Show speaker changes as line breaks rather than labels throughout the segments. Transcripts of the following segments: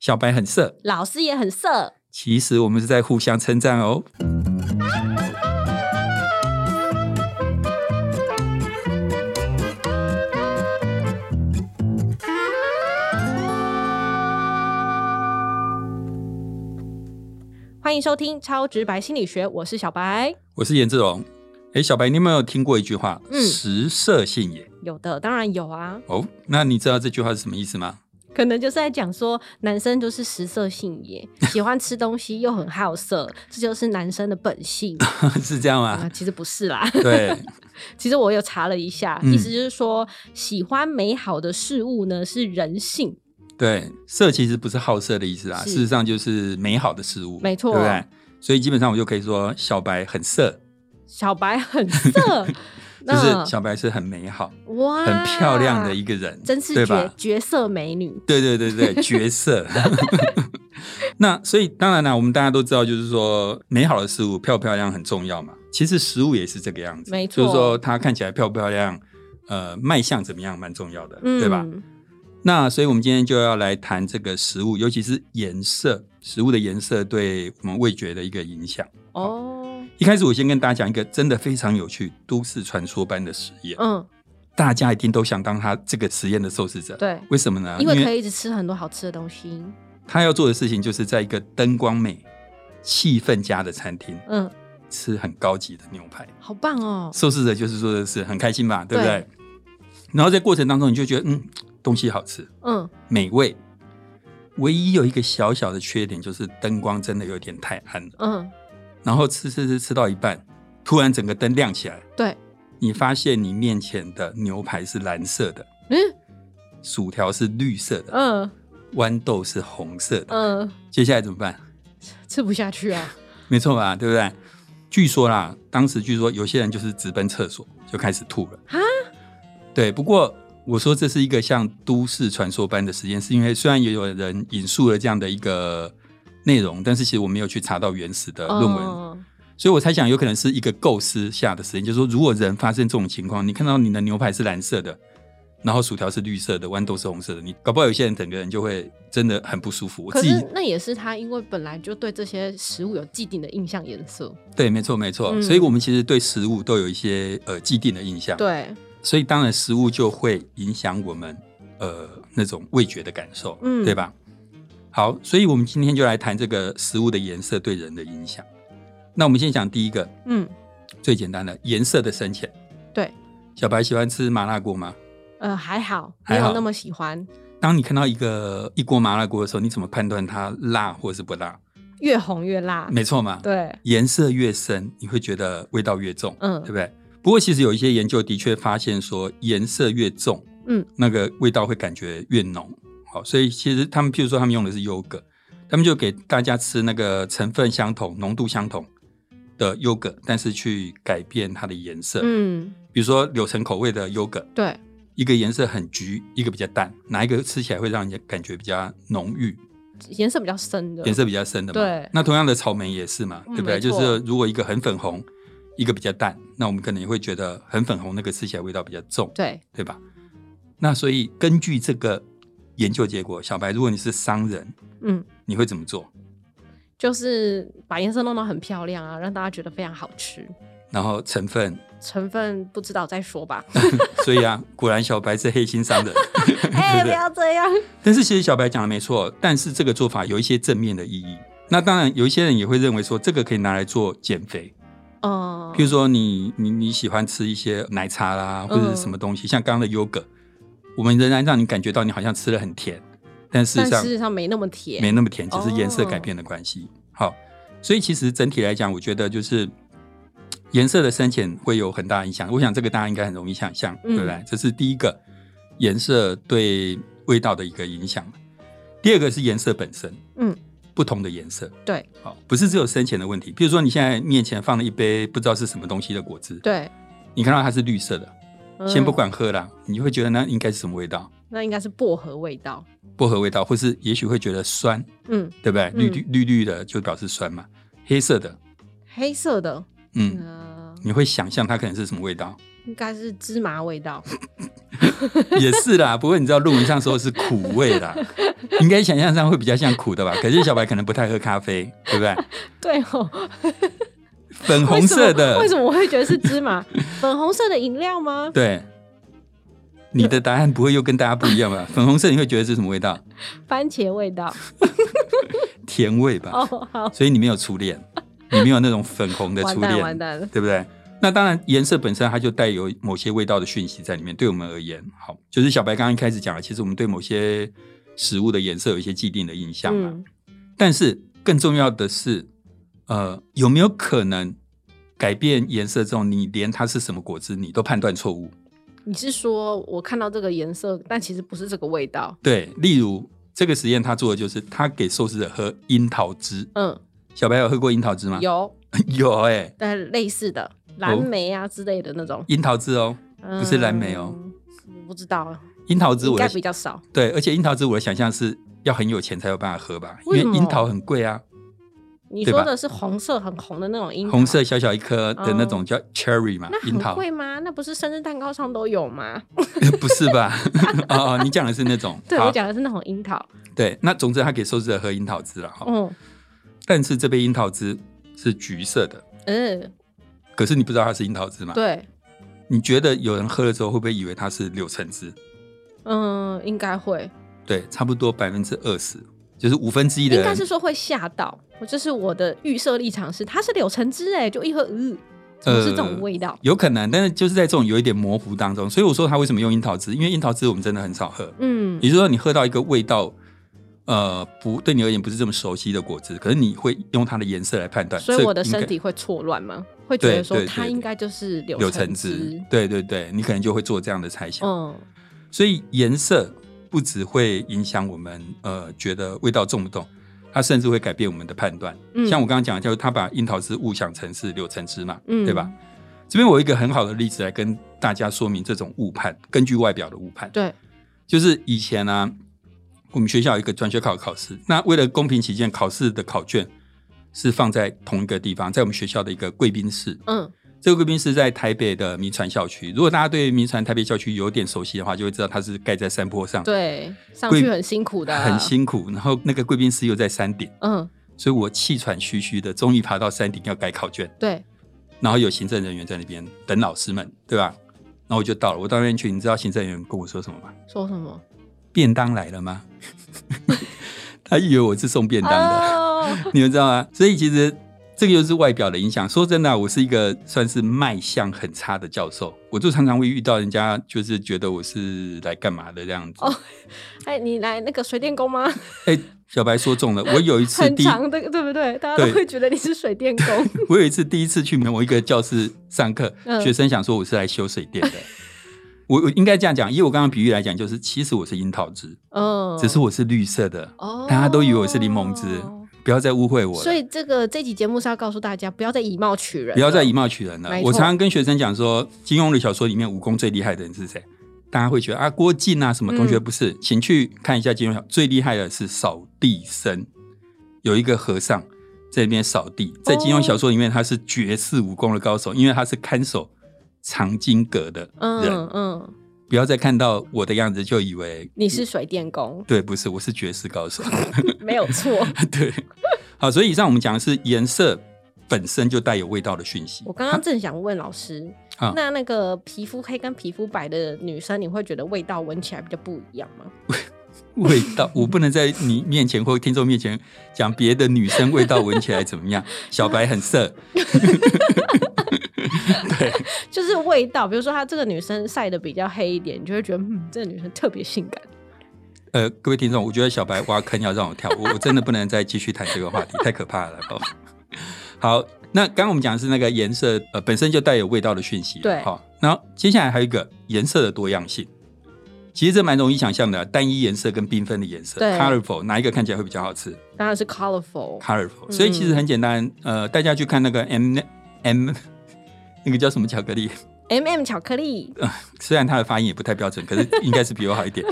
小白很色，
老师也很色。
其实我们是在互相称赞哦。
欢迎收听《超直白心理学》，我是小白。
我是颜志荣。哎，小白，你有没有听过一句话？
嗯
食色性也。
有的当然有啊，
哦，那你知道这句话是什么意思吗？
可能就是在讲说男生就是食色性 也，喜欢吃东西又很好色，这就是男生的本性
是这样
啊。
吗？
其实不是啦，
对，
其实我有查了一下，
嗯
意思就是说喜欢美好的事物呢是人性。
对，色其实不是好色的意思啊，
是
事实上就是美好的事物，
没错
对不对？所以基本上我就可以说，小白很色，
小白 很色，嗯
就是小白是很美好、
哇，
很漂亮的一个人，
啊真是
对
绝
吧？
绝色美女。
对对对 对，角色。 那所以当然啦，我们大家都知道，就是说美好的事物漂不漂亮很重要嘛。其实食物也是这个样子，
没错
就是说它看起来漂不漂亮，呃，卖相怎么样蛮重要的，对吧？
嗯？
那所以我们今天就要来谈这个食物，尤其是颜色，食物的颜色对我们味觉的一个影响。
哦，
一开始我先跟大家讲一个真的非常有趣、都市传说般的实验，
嗯，
大家一定都想当他这个实验的受试者。
对，
啊为什么呢？
因为可以一直吃很多好吃的东西。
他要做的事情就是在一个灯光美、气氛佳的餐厅
嗯，
吃很高级的牛排。
好棒哦。
受试者就是做的是很开心吧，对不对？
对
然后在过程当中，你就觉得嗯，东西好吃、
嗯，
美味。唯一有一个小小的缺点就是灯光真的有点太暗了。
嗯，
然后吃吃吃吃到一半，突然整个灯亮起来，
对，
你发现你面前的牛排是蓝色的，
嗯
薯条是绿色的，
嗯
豌豆是红色的。
嗯，
接下来怎么办？
吃不下去啊。
没错吧？对不对？据说啦，当时据说有些人就是直奔厕所就开始吐了
啊。
对，不过我说这是一个像都市传说般的实验，是因为虽然也有人引述了这样的一个内容，但是其实我没有去查到原始的 论文，
嗯
所以我猜想有可能是一个构思下的实验，就是说如果人发生这种情况，你看到你的牛排是蓝色的。然后薯条是绿色的，豌豆是红色的，你搞不好有些人整个人就会真的很不舒服。我
可
自己
是那也是他，因为本来就对这些食物有既定的印象颜色。
对，没错，没错。
嗯
所以，我们其实对食物都有一些呃既定的印象。，
对，
所以当然食物就会影响我们呃那种味觉的感受，
嗯
对吧？好，所以我们今天就来谈这个食物的颜色对人的影响。那我们先讲第一个
嗯，
最简单的颜色的深浅。
对，
小白喜欢吃麻辣锅吗？
呃，还好，没
还好
有那么喜欢，
当你看到一个一锅麻辣锅的时候，你怎么判断它辣或是不辣？
越红越辣。
没错嘛，
对，
颜色越深，你会觉得味道越重。
嗯
对不对？不过其实有一些研究的确发现说，颜色越重，
嗯，
那个味道会感觉越浓。好，所以其实他们譬如说他们用的是优格，他们就给大家吃那个成分相同、浓度相同的优格，但是去改变它的颜色。
嗯，
比如说柳橙口味的优格，
对，
一个颜色很橘，一个比较淡，哪一个吃起来会让人家感觉比较浓郁？
颜色比较深的。
颜色比较深的嘛。
对
那同样的草莓也是嘛，
嗯
对不对？
没
就
错
是如果一个很粉红，一个比较淡，那我们可能也会觉得很粉红那个吃起来味道比较重，
对，
对吧？那所以根据这个研究结果，小白，如果你是商人，
嗯，
你会怎么做？
就是把颜色弄得很漂亮啊，让大家觉得非常好吃。
然后成分，
成分不知道再 说吧。
所以啊，果然小白是黑心 商人，对
哎、
不
不
对？
要 这样。
但是其实小白讲的没错，但是这个做法有一些正面的意义。那当然，有一些人也会认为说，这个可以拿来做减肥，
嗯，
譬如说你你你喜欢吃一些奶茶啦，或者是什
嗯
么东西，像刚刚的优格，我们仍然让你感觉到你好像吃的很甜，但事
但
实上
事实上没那么甜。
没那么甜，只是颜色
哦
改变的关系。好，所以其实整体来讲，我觉得就是颜色的深浅会有很大影响。我想这个大家应该很容易想象，
嗯
对不对？这是第一个颜色对味道的一个影响。第二个是颜色本身，
嗯，
不同的颜色，
对
好，哦不是只有深浅的问题。譬如说，你现在面前放了一杯不知道是什么东西的果汁，
对，
你看到它是绿色的，
嗯
先不，管喝啦，你会觉得那应该是什么味道？
那应该是薄荷味道。
薄荷味道，或是也许会觉得酸，
嗯，
对不对？
嗯
绿绿绿绿的就表示酸嘛，黑色的，
黑色的，
嗯，
嗯，
你会想象它可能是什么味道？
应该是芝麻味道，
也是啦。不过你知道论文上说是苦味 啦，应该想象上会比较像苦的吧？可是小白可能不太喝咖啡，对不对？
对哦，
粉红色的，
为什么为什么我会觉得是芝麻？粉红色的饮料吗？
对，你的答案不会又跟大家不一样吧？粉红色你会觉得是什么味道？
番茄味 道。
甜味吧。
哦，好，
所以你没有初 恋，你没有那种粉红的
完
初
蛋
恋
完，蛋了。
对不对？那当然，颜色本身它就带有某些味道的讯息在里面。对我们而言，好，就是小白刚刚一开始讲了，其实我们对某些食物的颜色有一些既定的印象嘛。
嗯，
但是更重要的是，呃，有没有可能改变颜色之后，你连它是什么果汁你都判断错误？
你是说我看到这个颜色，但其实不是这个味道。
对，例如这个实验他做的就是，他给受试者喝樱桃汁。
嗯，
小白有喝过樱桃汁吗？
有，
有哎、
但类似的蓝莓啊之类的那种，
樱桃汁哦，不是蓝莓哦
嗯，我不知道啊，
樱桃汁
应
我
该
的
比较少。
对，而且樱桃汁我的想象是要很有钱才有办法喝吧，因
为
为
什么
樱桃很贵啊，
你
对
说
吧
的是红色很红的那种樱桃，
红色小小一颗的那种
哦
叫 cherry 嘛
那，
樱
很
桃
贵吗？那不是生日蛋糕上都有吗？
不是吧？ 哦，哦你讲的是那种，
对
好
我讲的是那种樱桃，
对，那总之他给受试者喝樱桃汁了哈，
嗯
但是这杯樱桃汁是橘色的，
嗯，呃
可是你不知道它是樱桃汁嘛？
对，
你觉得有人喝了之后会不会以为它是柳橙汁？
嗯，应该会，
对，差不多百分之二十，就是五分之一的
应该
人
是说会吓到。我这是我的预设立场是，它是柳橙汁哎，就一喝，嗯，怎么是这
呃
种味道？
有可能，但是就是在这种有一点模糊当中，所以我说他为什么用樱桃汁，因为樱桃汁我们真的很少喝，
嗯
也就是说你喝到一个味道，呃，不对你而言不是这么熟悉的果汁，可是你会用它的颜色来判断，
所以
这
我的
应该
身体会错乱吗？会觉得
对
说
对
它
对
应该就是柳
有橙
橙
汁，对对对，你可能就会做这样的猜想，
嗯
所以颜色不只会影响我们呃觉得味道重不重。它甚至会改变我们的判断，
嗯
像我刚刚讲的，就是他把樱桃汁误想成是柳橙汁嘛，
嗯，
对吧？？这边我有一个很好的例子来跟大家说明这种误判，根据外表的误判，
对，
就是以前呢、我们学校有一个转学考的考试，那为了公平起见，考试的考卷是放在同一个地方，在我们学校的一个贵宾室。
嗯
这个贵宾室在台北的民传校区。如果大家对民传台北校区有点熟悉的话，就会知道它是盖在山坡上，，
对，上
贵
去很辛苦的，啊
很，辛苦。然后那个贵宾室又在山顶，
嗯，
所以我气喘吁吁的，终于爬到山顶要改考卷。
对，
然后有行政人员在那边等老师们，对吧？然后我就到了，我到那边去，你知道行政人员跟我说什么吗？
说什么？
便当来了吗？ 他以为我是送便当的，
哦
你们知道吗？所以其实这个就是外表的影响。说真的啊、我是一个算是卖相很差的教授，我就常常会遇到人家就是觉得我是来干嘛的这样子。哎、
哦哎，你来那个水电工吗？
小白说中了，我有一次
很
第一
长的，对不对？大家
对
都会觉得你是水 电工。
我有一次第一次去某一个教室上课，
嗯
学生想说我是来修水电的。我我应该这样讲，以我刚刚比喻来讲，就是其实我是樱桃汁，
嗯，
只是我是绿色的，
哦
大家都以为我是柠檬汁，不要再误会我
所
了，
以这个这期节目是要告诉大家，不要再以貌取人了，
不要再以貌取人了
没。错
我常常跟学生讲说，金庸的小说里面武功最厉害的人是谁？大家会觉得啊，郭靖啊什么？同学
嗯
不是，请去看一下金庸小最厉害的是扫地僧，有一个和尚在那边扫地，
哦
在金庸小说里面他是绝世武功的高手，因为他是看守藏经阁的人。
嗯嗯，
不要再看到我的样子就以为，
你是水电 工
对，不是，我是绝世高手。
没有错。
对，好，所以以上我们讲的是颜色本身就带有味道的讯息。
我刚刚正想问老师，
啊
那那个皮肤黑跟皮肤白的女生，你会觉得味道闻起来比较不一样吗？
味 道，我不能在你面前或听众面前讲别的女生味道闻起来怎么 样。小白很色，
就是味道，比如说她这个女生晒的比较黑一点，你就会觉得，嗯，这个女生特别性感。
呃，各位听众，我觉得小白挖坑要让 我跳，我我真的不能再继续谈这个话题，太可怕了。哦好，那刚刚我们讲的是那个颜色，呃，本身就带有味道的讯息了。
对
好、然后接下来还有一个颜色的多样性，其实这蛮容易想象的，啊单一颜色跟缤纷的颜色
对
，colorful 哪一个看起来会比较好吃
当然是 colorful，
？colorful，
嗯
所以其实很简单，呃，大家去看那个 M M 那个叫什么巧克力，
M M 巧克力，
虽然它的发音也不太标准，可是应该是比我 好一点。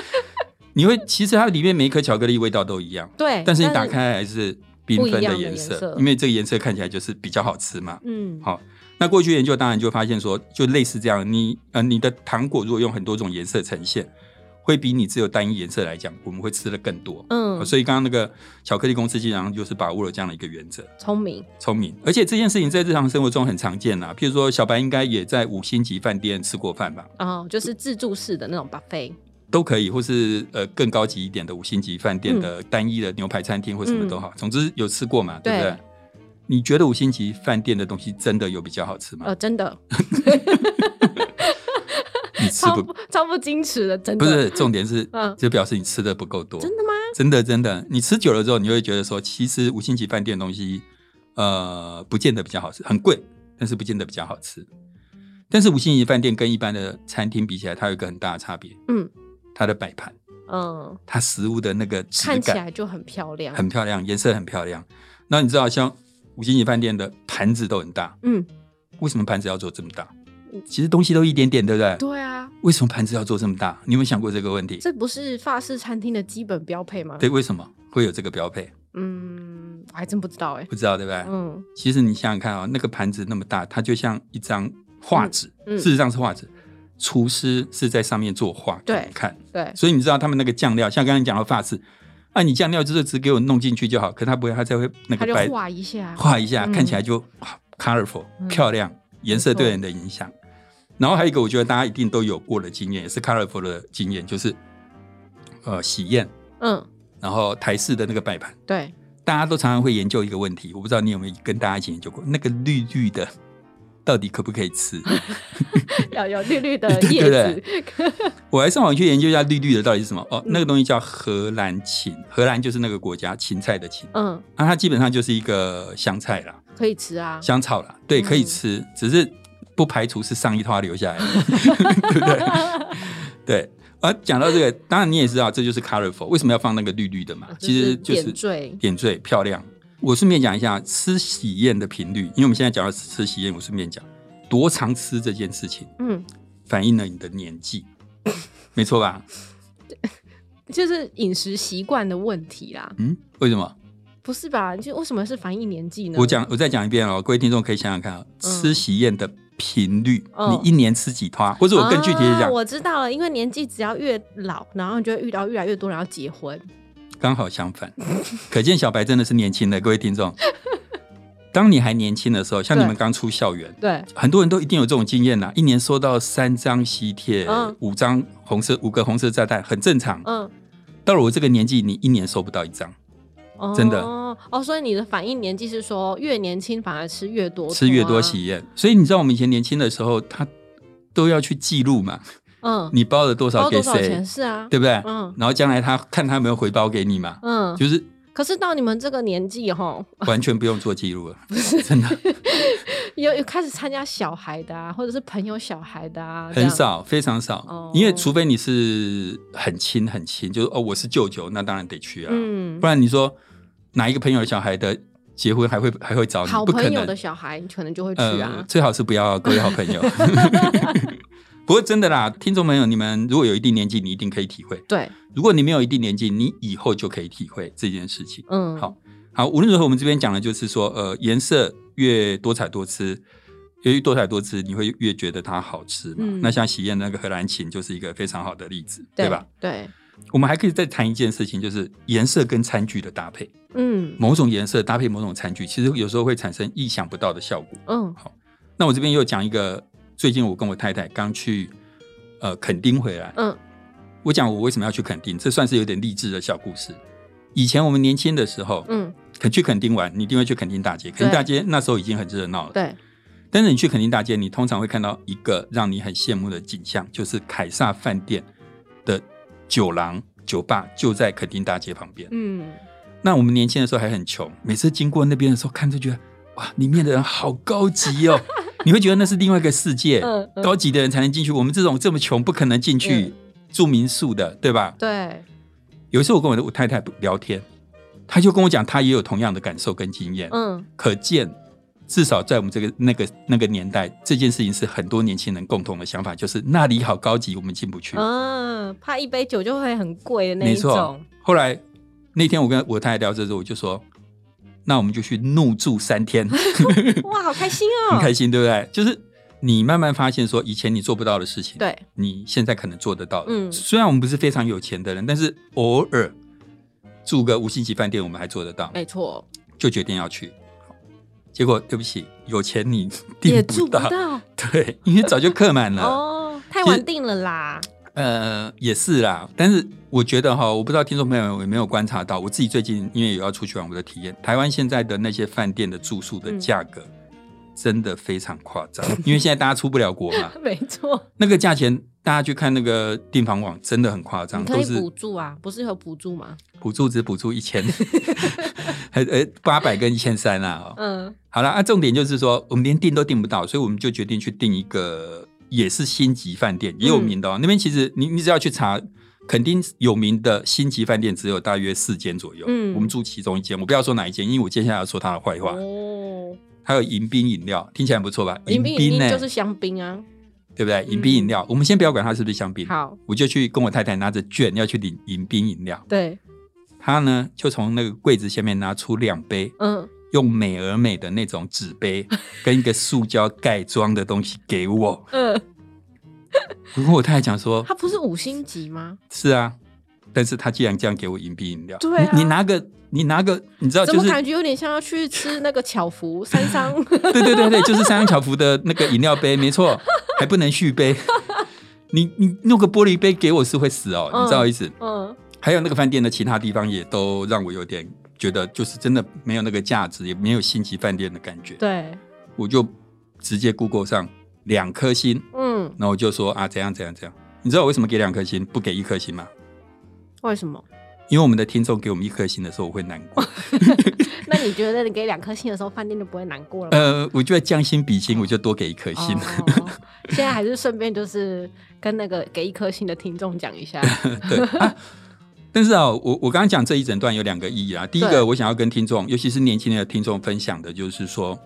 你会其实它里面每一颗巧克力味道都一样。
对，
但是你打开来是
不
缤
一
纷
样
的
的
颜
颜
色，
色
因为这个颜色看起来就是比较好吃嘛。
嗯，
好、那过去研究当然就发现说，就类似这样，你呃你的糖果如果用很多种颜色呈现，会比你只有单一颜色来讲，我们会吃的更多。哦
嗯，
所以刚刚那个巧克力公司基本上就是把握了这样的一个原则，
聪明，
聪明。而且这件事情在日常生活中很常见啦，譬如说小白应该也在五星级饭店吃过饭吧，
哦，就是自助式的那种 buffet，
都可以，或是呃更高级一点的五星级饭
嗯
店的单一的牛排餐厅或什么都好，总之有吃过嘛，对不对？
对
你觉得五星级饭店的东西真的有比较好吃吗？
呃，真的
你吃
超
不
不超不矜持的，真
不
的
是重点是
嗯，
就表示你吃的不够多。
真的吗？
真的真的，你吃久了之后，你会觉得说，其实五星级饭店的东西，呃，不见得比较好吃，很贵，但是不见得比较好吃。但是五星级饭店跟一般的餐厅比起来，它有一个很大的差别，
嗯
它的摆盘，
嗯，
它食物的那个质
看起
感
来就很漂亮，
很漂亮，颜色很漂亮。那你知道，像五星级饭店的盘子都很大，
嗯，
为什么盘子要做这么大
嗯？
其实东西都一点点，对不对？
对啊，
为什么盘子要做这么大？你有没有想过这个问题？
这不是法式餐厅的基本标配吗？
对，，为什么会有这个标配？
嗯，我还真不知道哎、
不知道，对不对？
嗯
其实你想想看啊、那个盘子那么大，它就像一张画纸，
嗯嗯
事实上是画纸。厨师是在上面作画
对
给你看，，
对，
所以你知道他们那个酱料，像刚才讲到法式，啊，你酱料就是只给我弄进去就好，可他不会，他才会那
他
个
就
白
画一下，
画一下，
嗯
看起来就、哇 colorful、
嗯
漂亮，颜色
没错
对人的影响。然后还有一个，我觉得大家一定都有过的经验，也是 colorful 的经验，就是呃喜宴，
嗯，
然后台式的那个摆盘，
对，
大家都常常会研究一个问题，我不知道你有没有跟大家一起研究过，那个绿绿的到底可不可以 吃？
要有绿绿的
对
叶
对
子，
我还上网去研究一下绿绿的到底是什么。
嗯
哦，那个东西叫荷兰芹，荷兰就是那个国家芹菜的芹，
嗯，
那、它基本上就是一个香菜啦，
可以吃啊，
香草啦，对，
嗯
可以吃，只是不排除是上一套留 下来的，对不对？对。而讲到这个，当然你也知道，这就是 colorful，为什么要放那个绿绿的嘛？其实哦就是
点缀，
点缀漂亮。我顺便讲一下吃喜宴的频率，因为我们现在讲到吃喜宴，我顺便讲多常吃这件事情，
嗯，
反映了你的年 纪，没错吧？
就是饮食习惯的问题啦，
嗯，为什么？
不是吧？就为什么是反映年纪呢？
我讲，我再讲一遍哦，各位听众可以想想看啊、吃喜宴的频率，
嗯
你一年吃几趟？或者我更具体的
啊
讲，
我知道了，因为年纪只要越老，然后你就会遇到越来越多人要结婚，
刚好相反， 可见小白真的是年轻的，各位听众。 当你还年轻的时候，像你们
对
刚出校园，
对，
很多人都一定有这种经验啦，一年收到三张喜帖，
嗯
五张红色，五个红色炸弹，很正常。
嗯，
到了我这个年纪，你一年收不到一张，
哦
真的
哦，所以你的反应年纪是说越年轻反而吃越多，
吃越多，喜宴。所以你知道我们以前年轻的时候，他都要去记录嘛，
嗯，
你包了多少
包
给
多少
谁，
钱是啊，
对不对？
嗯
然后将来他看他有没有回包给你嘛，
嗯，
就是
可是到你们这个年纪吼，
完全不用做记录了，真的
有有开始参加小孩的啊，或者是朋友小孩的啊，这
很
样，
少，非常少。
哦
因为除非你是很亲很亲，就是哦我是舅舅，那当然得去啊。
嗯
不，然你说哪一个朋友的小孩的结婚还会还会找你？
好
不可
朋友
能呃嗯
的。小孩，你可能就会去啊，
最好是不要各位好朋 友。 不过真的啦，听众朋友，你们如果有一定年纪，你一定可以体会；
对，
如果你没有一定年纪，你以后就可以体会这件事情。
嗯，
好好，无论如何，我们这边讲的就是说，呃，颜色越多彩多姿，越多彩多姿，你会越觉得它好吃嘛。
嗯
那像喜宴那个荷兰芹就是一个非常好的例子，对
对
吧？？
对，
我们还可以再谈一件事情，就是颜色跟餐具的搭配。
嗯
某种颜色搭配某种餐具，其实有时候会产生意想不到的效果。
嗯
那我这边又讲一个，最近我跟我太太刚去呃垦丁回来，
嗯
我讲我为什么要去垦丁，这算是有点励志的小故事。以前我们年轻的时候，
嗯，
肯去垦丁玩，你一定会去垦丁大街。垦丁大街那时候已经很热闹了，
对，
但是你去垦丁大街，你通常会看到一个让你很羡慕的景象，就是凯撒饭店的酒廊、酒吧就在垦丁大街旁边。
嗯
那我们年轻的时候还很穷，每次经过那边的时候，看就觉得哇，里面的人好高级 哦，你会觉得那是另外一个世界，
嗯嗯，
高级的人才能进去，我们这种这么穷不可能进去、
嗯
住民宿的，对吧？
对，
有一次我跟我的我太太聊天，她就跟我讲，她也有同样的感受跟经验，
嗯
可见。至少在我们这个那个那个年代，这件事情是很多年轻人共同的想法，就是那里好高级，我们进不去。
嗯，怕一杯酒就会很贵的那
没
一
错
种，。
后来那天我跟我太太聊这时候，我就说：“那我们就去怒住三天，
哇，好开心哦！
很开心，对不对？就是你慢慢发现说，以前你做不到的事情，
对，
你现在可能做得到了。
嗯
虽然我们不是非常有钱的人，但是偶尔住个五星级饭店，我们还做得到，
没错，
就决定要去。好结果对不起，有钱 你
也
订
住不
到，
到
对，因为早就客满了。
哦，太晚定了啦。
呃，也是啦，但是我觉得哈，我不知道听众朋友有没有观察到，我自己最近因为有要出去玩，我的体验，台湾现在的那些饭店的住宿的
嗯
价格真的非常夸 张，因为现在大家出不了国嘛，
没错，
那个价钱大家去看那个订房网真的很夸张，
你可
都
以
是
补助啊，不是有补助吗？
补助只补助一千， 还呃八百跟一千三啦、哦。
嗯，
好了，啊，重点就是说我们连订都订不到，所以我们就决定去订一个也是星级饭店，
嗯
也有名的哦。那边其实你你只要去查。肯定有名的星级饭店只有大约四间左右，
嗯
我们住其中一间，我不要说哪一间，因为我接下来要说它的坏话。
哦，
还有迎宾饮料，听起来很不错吧？
迎宾饮
呢、
就是香槟啊。
对不对？迎宾饮料，我们先不要管它是不是香槟，
好，
我就去跟我太太拿着券要去领饮冰饮料，
对，
她呢就从那个柜子下面拿出两杯
嗯，
用美而美的那种纸 杯跟一个塑胶盖装的东西给我。
嗯，
不过我太太讲说
它不是五星级吗？
是啊，但是她既然这样给我饮冰饮料，
对啊
你你拿个你拿个，你知道
怎
就
么
是
感觉有点像要去吃那个巧福三商？
对对对对，就是三洋巧福的那个饮料杯，没错，还不能续杯。你你弄个玻璃杯给我是会死哦，
嗯
你知道意思？
嗯，
还有那个饭店的其他地方也都让我有点觉得，就是真的没有那个价值，也没有星级饭店的感觉。
对，
我就直接 Google 上两颗星，
嗯，
然后我就说啊，怎样怎样怎样。你知道我为什么给两颗星不给一颗星吗？
为什么？
因为我们的听众给我们一颗星的时候，我会难过。
那你觉得你给两颗星的时候，饭店就不会难过了吗？
呃，我觉得将心比心，我就多给一颗星。
哦，现在还是顺便就是跟那个给一颗星的听众讲一 下，
对啊。 但是啊，我我刚刚讲这一整段有两个意义啊。第一
对
个，我想要跟听众，尤其是年轻的听众分享的，就是说，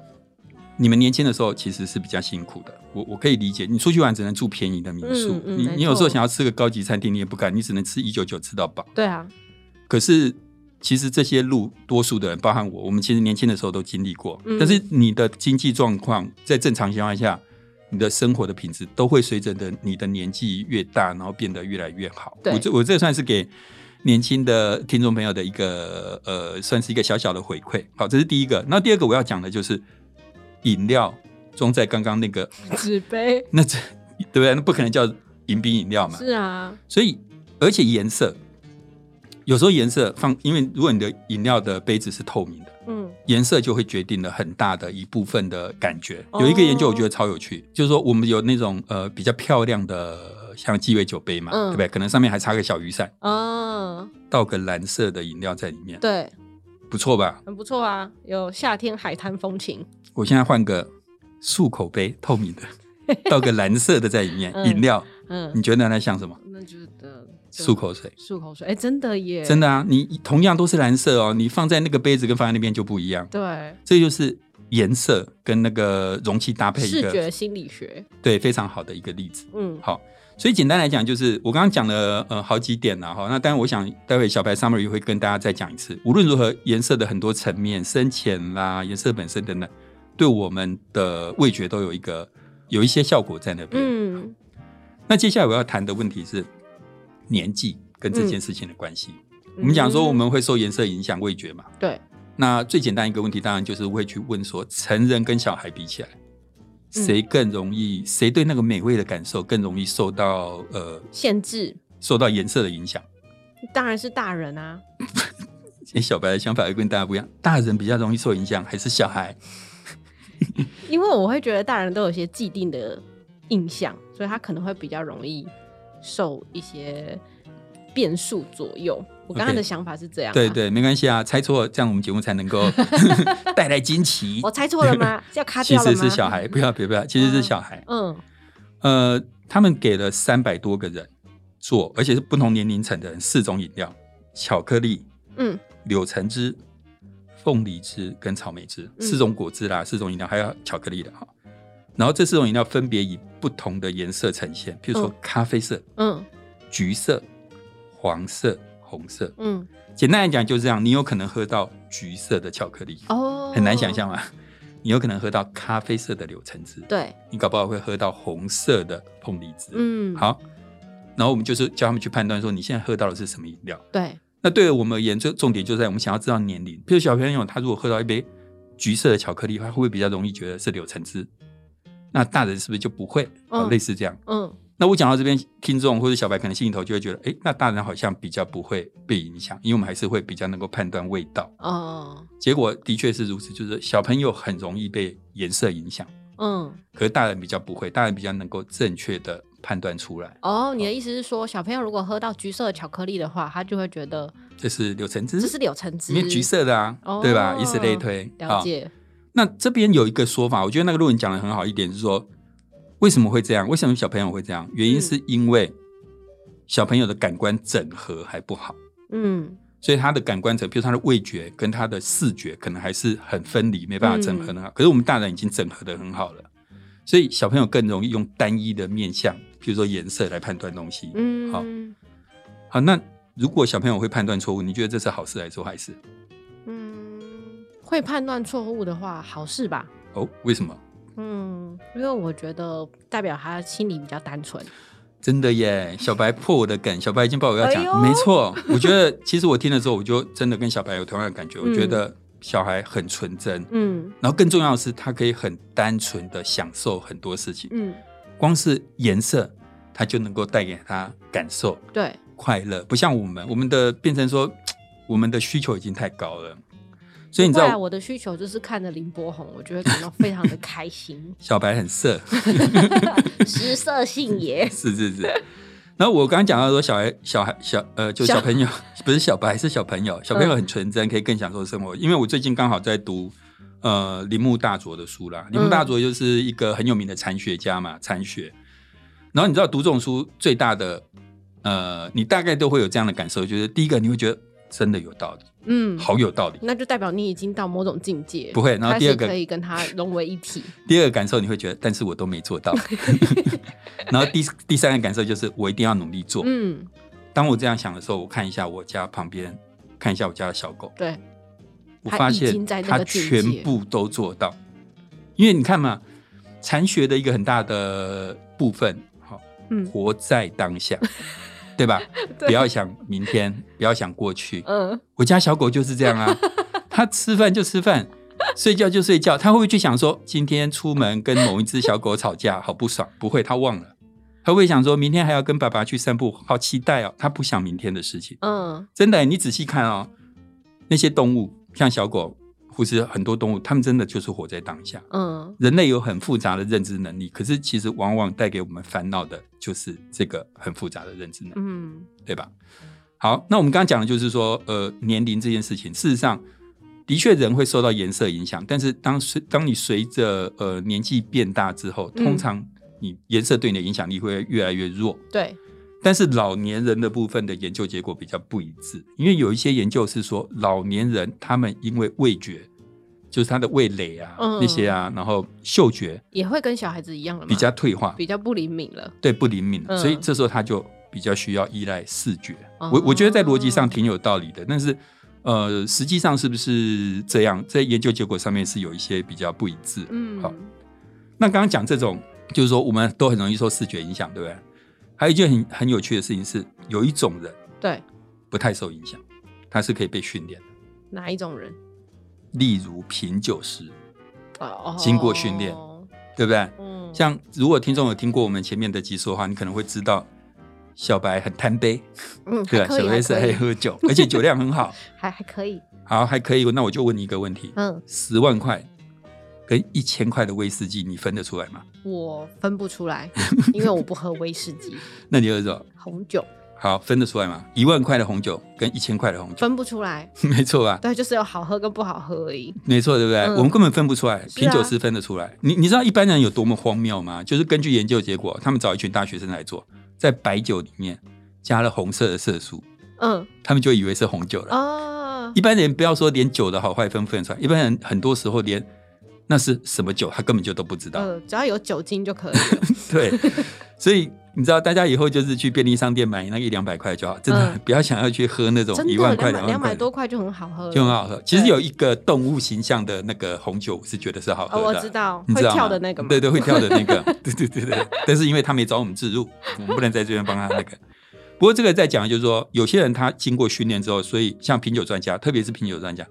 你们年轻的时候其实是比较辛苦的。我我可以理解，你出去玩只能住便宜的民宿，
嗯嗯
你
没
你有时候
错
想要吃个高级餐厅，你也不敢，你只能吃一九九吃到饱。
对啊，
可是其实这些路，多数的人，包含我，我们其实年轻的时候都经历过。
嗯
但是你的经济状况在正常情况下，你的生活的品质都会随着的你的年纪越大，然后变得越来越好。
对
我这我这算是给。年轻的听众朋友的一个呃，算是一个小小的回馈。好，这是第一个。那第二个我要讲的就是饮料装在刚刚那个，
纸杯
那这对不对？那不可能叫饮冰饮料嘛。
是啊，
所以而且颜色，有时候颜色放，因为如果你的饮料的杯子是透明的，
嗯，
颜色就会决定了很大的一部分的感觉。
哦
有一个研究我觉得超有趣，就是说我们有那种呃比较漂亮的像鸡尾酒杯嘛，
嗯
对不对？可能上面还插个小雨伞，
哦，
倒个蓝色的饮料在里面，
对，
不错吧？
很不错啊，有夏天海滩风情，
我现在换个漱口杯，透 明的。倒个蓝色的在里面，
嗯
饮料，
嗯
你，觉得那像什么？
那就是的
嗯漱口水，
漱口水，哎、真的耶，
真
的，
的啊！你同样都是蓝色哦，你放在那个杯子跟放在那边就不一样。
对，
这就是颜色跟那个容器搭配一
视
个
觉心理学，
对非常好的一个例子。
嗯，
好，所以简单来讲，就是我刚刚讲了呃好几点了哈。那当然，我想待会小白 summary 会跟大家再讲一次。无论如何，颜色的很多层面，深浅啦，颜色本身等等，对我们的味觉都有一个有一些效果在那边。
嗯，
那接下来我要谈的问题是年纪跟
嗯
这件事情的关系。我们讲说我们会受颜色影响味觉嘛，
嗯对，
那最简单一个问题，当然就是会去问说，成人跟小孩比起来，
嗯
谁更容易，谁对那个美味的感受更容易受到呃
限制
受到颜色的影响？
当然是大人啊，
诶小白的想法会跟大家不一样，大人比较容易受影响，还是小孩？
因为我会觉得大人都有一些既定的印象，所以他可能会比较容易受一些变数左右。我刚刚
OK
的想法是这样、
对，对，没关系啊，猜错，这样我们节目才能 够带来惊奇
我。猜错了吗？是要卡
其
掉了
实
吗？
是小孩，不要别不要，其实是小孩。
嗯，
呃，他们给了三百多个人做，而且是不同年龄层的人，四种饮料：巧克力、
嗯
柳橙汁、凤梨汁跟草莓汁
嗯
四种果汁啦，四种饮料，还有巧克力的哈。然后这四种饮料分别以不同的颜色呈现，譬如说
嗯
咖啡色、
嗯
橘色、黄色、红色。
嗯，
简单来讲就是这样，你有可能喝到橘色的巧克力，
哦，
很难想象嘛。你有可能喝到咖啡色的柳橙汁，
对，
你搞不好会喝到红色的碰梨汁。
嗯，，
好，然后我们就是叫他们去判断说你现在喝到的是什么饮料。
对，
那对我们而言，最重点就在我们想要知道年龄。比如小朋友他如果喝到一杯橘色的巧克力，他会不会比较容易觉得是柳橙汁？那大人是不是就不会？哦，
嗯
类似这样。
嗯，
那我讲到这边，听众或者小白可能心里头就会觉得，诶，那大人好像比较不会被影响，因为我们还是会比较能够判断味道。
哦，
结果的确是如此，就是小朋友很容易被颜色影响，
嗯，
可是大人比较不会，大人比较能够正确的判断出来，
哦，你的意思是说，小朋友如果喝到橘色的巧克力的话，他就会觉得
这是柳橙汁，
这是柳橙汁，
因嗯为橘色啊的啊，
哦
对吧？以此类推。
了
好
解，
那这边有一个说法，我觉得那个论文讲的很好一点，是说为什么会这样？为什么小朋友会这样？原
嗯
因是因为小朋友的感官整合还不好，
嗯，
所以他的感官整，比如他的味觉跟他的视觉，可能还是很分离，没办法整合的很好。
嗯
可是我们大人已经整合的很好了，所以小朋友更容易用单一的面相，比如说颜色来判断东西。
嗯，
好好，那如果小朋友会判断错误，你觉得这是好事还是坏事？
嗯，会判断错误的话，好事吧？
哦，为什么？
嗯，因为我觉得代表他心里比较单纯。
真的耶，小白破我的梗，小白已经把我要讲，
哎呦
没错。我觉得其实我听了之后，我就真的跟小白有同样的感觉。
嗯
我觉得小孩很纯真，
嗯
然后更重要的是，他可以很单纯的享受很多事情，
嗯，
光是颜色，它就能够带给他感受
对，
快乐，不像我们，我们的变成说，嘖我们的需求已经太高了，所以你知
后来
道，
啊我的需求就是看着林柏宏，我就会感到非常的开心
小白很色，
食色性也。
是是是。然后我刚刚讲到说，小孩、小孩、小呃，就
小嗯
小朋友 不是小白，是小朋友。小朋友很纯真，可以更享受生活。因为我最近刚好在读呃铃木大佐的书
嗯
啦，铃木大佐就是一个很有名的禅学家嘛，禅学。然后你知道读这种书最大的呃，你大概都会有这样的感受，就是第一个你会觉得真的有道理，
嗯，
好有道理。
那就代表你已经到某种境界，
不会然后
开
第
始
二个
可以跟他融为一体。
第二个感受你会觉得，但是我都没做 到。 然后第第三个感受就是我一定要努力做。
嗯，
当我这样想的时候，我看一下我家旁边，看一下我家的小狗，
对，
我
它
发
已
现
经在那
它
个境
全
界
部都做到。因为你看嘛，禅学的一个很大的部分，好、
嗯
活在当 下，对吧？
对
不要想明天，不要想过去。
嗯，
我家小狗就是这样啊，它吃饭就吃饭，睡觉就睡觉，它会不会去想说今天出门跟某一只小狗吵架，好不爽？不会，它忘了。它会想说明天还要跟爸爸去散步，好期待哦。它不想明天的事情。
嗯，
真的，你仔细看哦，那些动物，像小狗或是很多动物，它们真的就是活在当下。
嗯，
人类有很复杂的认知能力，可是其实往往带给我们烦恼的就是这个很复杂的认知能力。
嗯，
对吧？好，那我们刚刚讲的就是说，呃，年龄这件事情，事实上的确人会受到颜色影响，但是当随当你随着呃年纪变大之后，
嗯
通常你颜色对你的影响力会越来越弱。
对，
但是老年人的部分的研究结果比较不一致，因为有一些研究是说，老年人他们因为味觉，就是他的味蕾啊、
嗯
那些啊，然后嗅觉
也会跟小孩子一样了嘛，
比较退化，
比较不灵敏了。
对不灵敏了，
嗯
所以这时候他就比较需要依赖视觉。
哦
我我觉得在逻辑上挺有道理的，但是呃，实际上是不是这样，在研究结果上面是有一些比较不一致。
嗯，
好，那刚刚讲这种，就是说我们都很容易受视觉影响，对不对？还有一件很很有趣的事情是，有一种人
对，
不太受影响，他是可以被训练的，
哪一种人？
例如品酒师，
哦，
经过训练对不对？
嗯，
像如果听众有听过我们前面的集数的话，你可能会知道小白很贪杯，
嗯，
对
还
吧？
可以
小白是
还可
爱
以
喝酒，而且酒量很好。
还还可以，
好，还可以。那我就问你一个问题：
嗯，
十万块跟一千块的威士忌，你分得出来吗？
我分不出来，因为我不喝威士忌、
那你就说
红酒，
好，分得出来吗？一万块的红酒跟一千块的红酒，
分不出来。
没错吧？
对，就是有好喝跟不好喝而已。
没错，对不对？
嗯
我们根本分不出来，
是啊
品酒师分得出来。你你知道一般人有多么荒谬吗？就是根据研究结果，他们找一群大学生来做，在白酒里面加了红色的色素，
嗯
他们就以为是红酒了。
啊，
一般人不要说连酒的好坏分不分得出来，一般人很多时候连那是什么酒，他根本就都不知道。
呃，只要有酒精就可以了。
对，所以你知道，大家以后就是去便利商店买那个一两百块就好，真的
嗯
不要想要去喝那种
真的
一万块、
两
两
百两
万
百
块的
多，块就很好喝了，
就很好喝。其实
对
有一个动物形象的那个红酒，我是觉得是好喝
哦，
的。
我知道
啊你
会
知道吗
跳的那个嘛，
对对，会跳的那 个，对对对对。但是因为他没找我们自入，我们不能在这边帮他那个。不过这个在讲，就是说有些人他经过训练之后，所以像品酒专家，特别是品酒专家，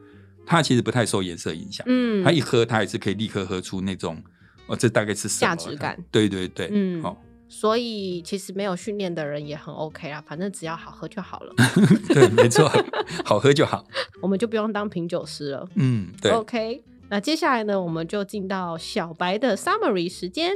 他其实不太受颜色影响，
嗯
他，一喝他也是可以立刻喝出那种哦，这大概是什么
价值感。
对对对，
嗯
好、哦，
所以其实没有训练的人也很 OK 啦，反正只要好喝就 好了，
对，没错， 好喝就好。
我们就不用当品酒师了。
嗯，对。
OK，那接下来呢，我们就进到小白的 summary 时间。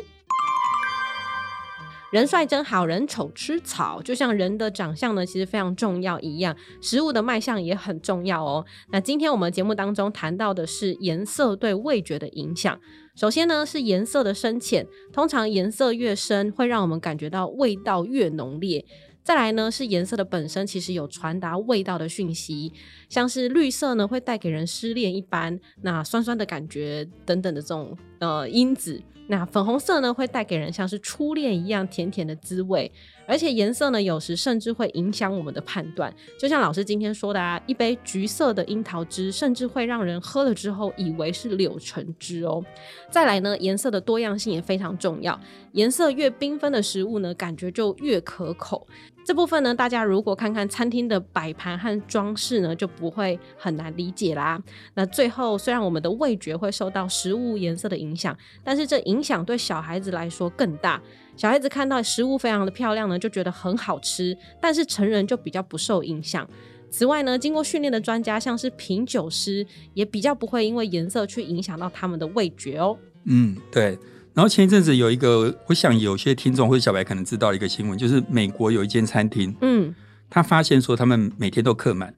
人帅真好人丑吃草，就像人的长相呢，其实非常重要一样，食物的卖相也很重要哦。那今天我们节目当中谈到的是颜色对味觉的影响。首先呢是颜色的深浅，通常颜色越深，会让我们感觉到味道越浓烈。再来呢是颜色的本身其实有传达味道的讯息，像是绿色呢会带给人失恋一般，那酸酸的感觉等等的这种呃因子。那粉红色呢会带给人像是初恋一样甜甜的滋味，而且颜色呢有时甚至会影响我们的判断。就像老师今天说的啊，一杯橘色的樱桃汁甚至会让人喝了之后以为是柳橙汁哦。再来呢，颜色的多样性也非常重要，颜色越缤纷的食物呢，感觉就越可口。这部分呢，大家如果看看餐厅的摆盘和装饰呢，就不会很难理解啦。那最后，虽然我们的味觉会受到食物颜色的影响，但是这影响对小孩子来说更大。小孩子看到食物非常的漂亮呢，就觉得很好吃，但是成人就比较不受影响。此外呢，经过训练的专家，像是品酒师，也比较不会因为颜色去影响到他们的味觉哦。
嗯，对。然后前一阵子有一个，我想有些听众或者小白可能知道一个新闻，就是美国有一间餐厅，
嗯，
他发现说他们每天都客满，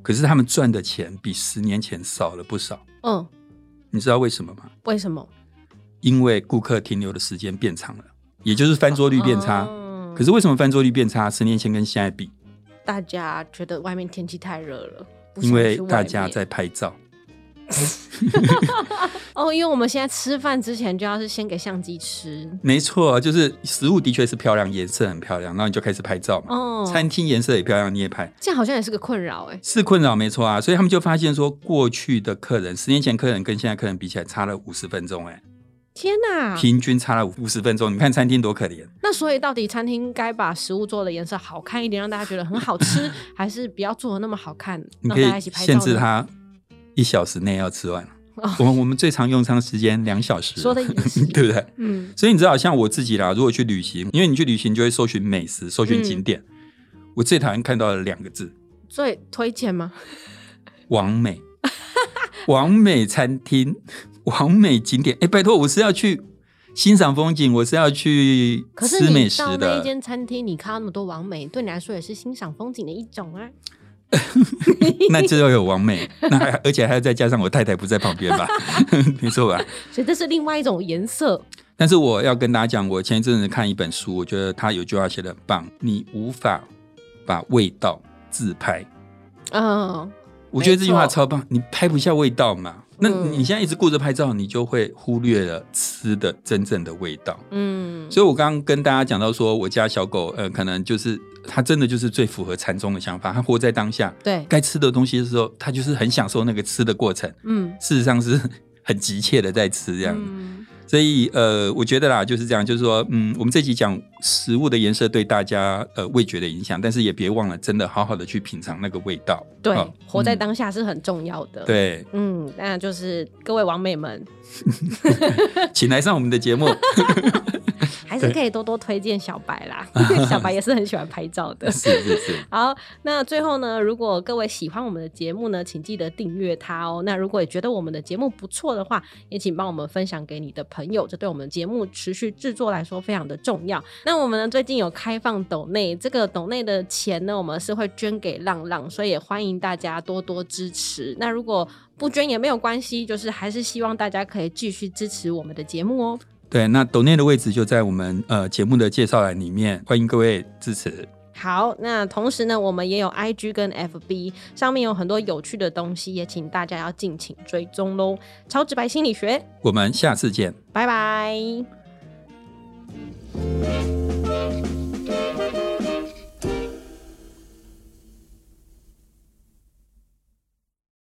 可是他们赚的钱比十年前少了不少。
嗯，
你知道为什么吗？
为什么？
因为顾客停留的时间变长了，也就是翻桌率变差。
哦
可是为什么翻桌率变差？十年前跟现在比，
大家觉得外面天气太热了，不想
因为
去外
大家
面
在拍照。
哦，因为我们现在吃饭之前就要是先给相机吃
没错，就是食物的确是漂亮，颜色很漂亮，然后你就开始拍照嘛。
哦，
餐厅颜色也漂亮，你也拍。
这样好像也是个困扰哎，
是困扰没错啊，所以他们就发现说，过去的客人，十年前客人跟现在客人比起来差了五十分钟、
嗯
欸，
天哪、
平均差了五十分钟，你看餐厅多可怜。
那所以到底餐厅该把食物做的颜色好看一点，让大家觉得很好 吃，还是不要做的那么好看，
你
让
可
大家
以
一起拍照
限制
呢？
他一小时内要吃完
哦。
我们我们最长用餐时间两小时，
说得也是
对不对？
嗯
所以你知道，像我自己啦，如果去旅行，因为你去旅行就会搜寻美食、搜寻
嗯
景点，我最讨厌看到的两个字
所以推荐吗？
“完美”， 完美餐厅、完美景点。哎，拜托，我是要去欣赏风景，我是要去
可是
吃美
你
食
到那一
的。
间餐厅，你看到那么多完美，对你来说也是欣赏风景的一种啊。
那就要有完 美，那还而且还要再加上我太太不在旁边吧， 没错吧？
所以这是另外一种颜色。
但是我要跟大家讲，我前一阵子看一本书，我觉得他有句话写的很棒：你无法把味道自拍。
嗯，
我觉得这句话
没错
超棒，你拍不下味道嘛？那
嗯
你现在一直顾着拍照，你就会忽略了吃的真正的味道。
嗯，
所以我刚刚跟大家讲到说，我家小狗呃，可能就是它真的就是最符合禅宗的想法，它活在当下，
对，
该吃的东西的时候，它就是很享受那个吃的过程，
嗯，
事实上是很急切的在吃这样子。
嗯
所以呃，我觉得啦，就是这样，就是说，嗯，我们这集讲食物的颜色对大家呃味觉的影响，但是也别忘了真的好好的去品尝那个味道。
对
好，
活在
嗯
当下是很重要的。，
对，
嗯，那就是各位网美们，
请来上我们的节目。
还是可以多多推荐小白 啦，小白也是很喜欢拍照的。
是是是，
好，那最后呢，如果各位喜欢我们的节目呢，请记得订阅它哦。那如果也觉得我们的节目不错的话，也请帮我们分享给你的朋友，这对我们节目持续制作来说非常的重要。那我们呢最近有开放抖内，这个抖内的钱呢，我们是会捐给浪浪，所以也欢迎大家多多支持。那如果不捐也没有关系，就是还是希望大家可以继续支持我们的节目哦。
对，那抖内的位置就在我们呃节目的介绍栏里面，欢迎各位支持。
好，那同时呢，我们也有 IG 跟 FB，上面有很多有趣的东西，也请大家要敬请追踪喽。超直白心理学，
我们下次见。
拜拜。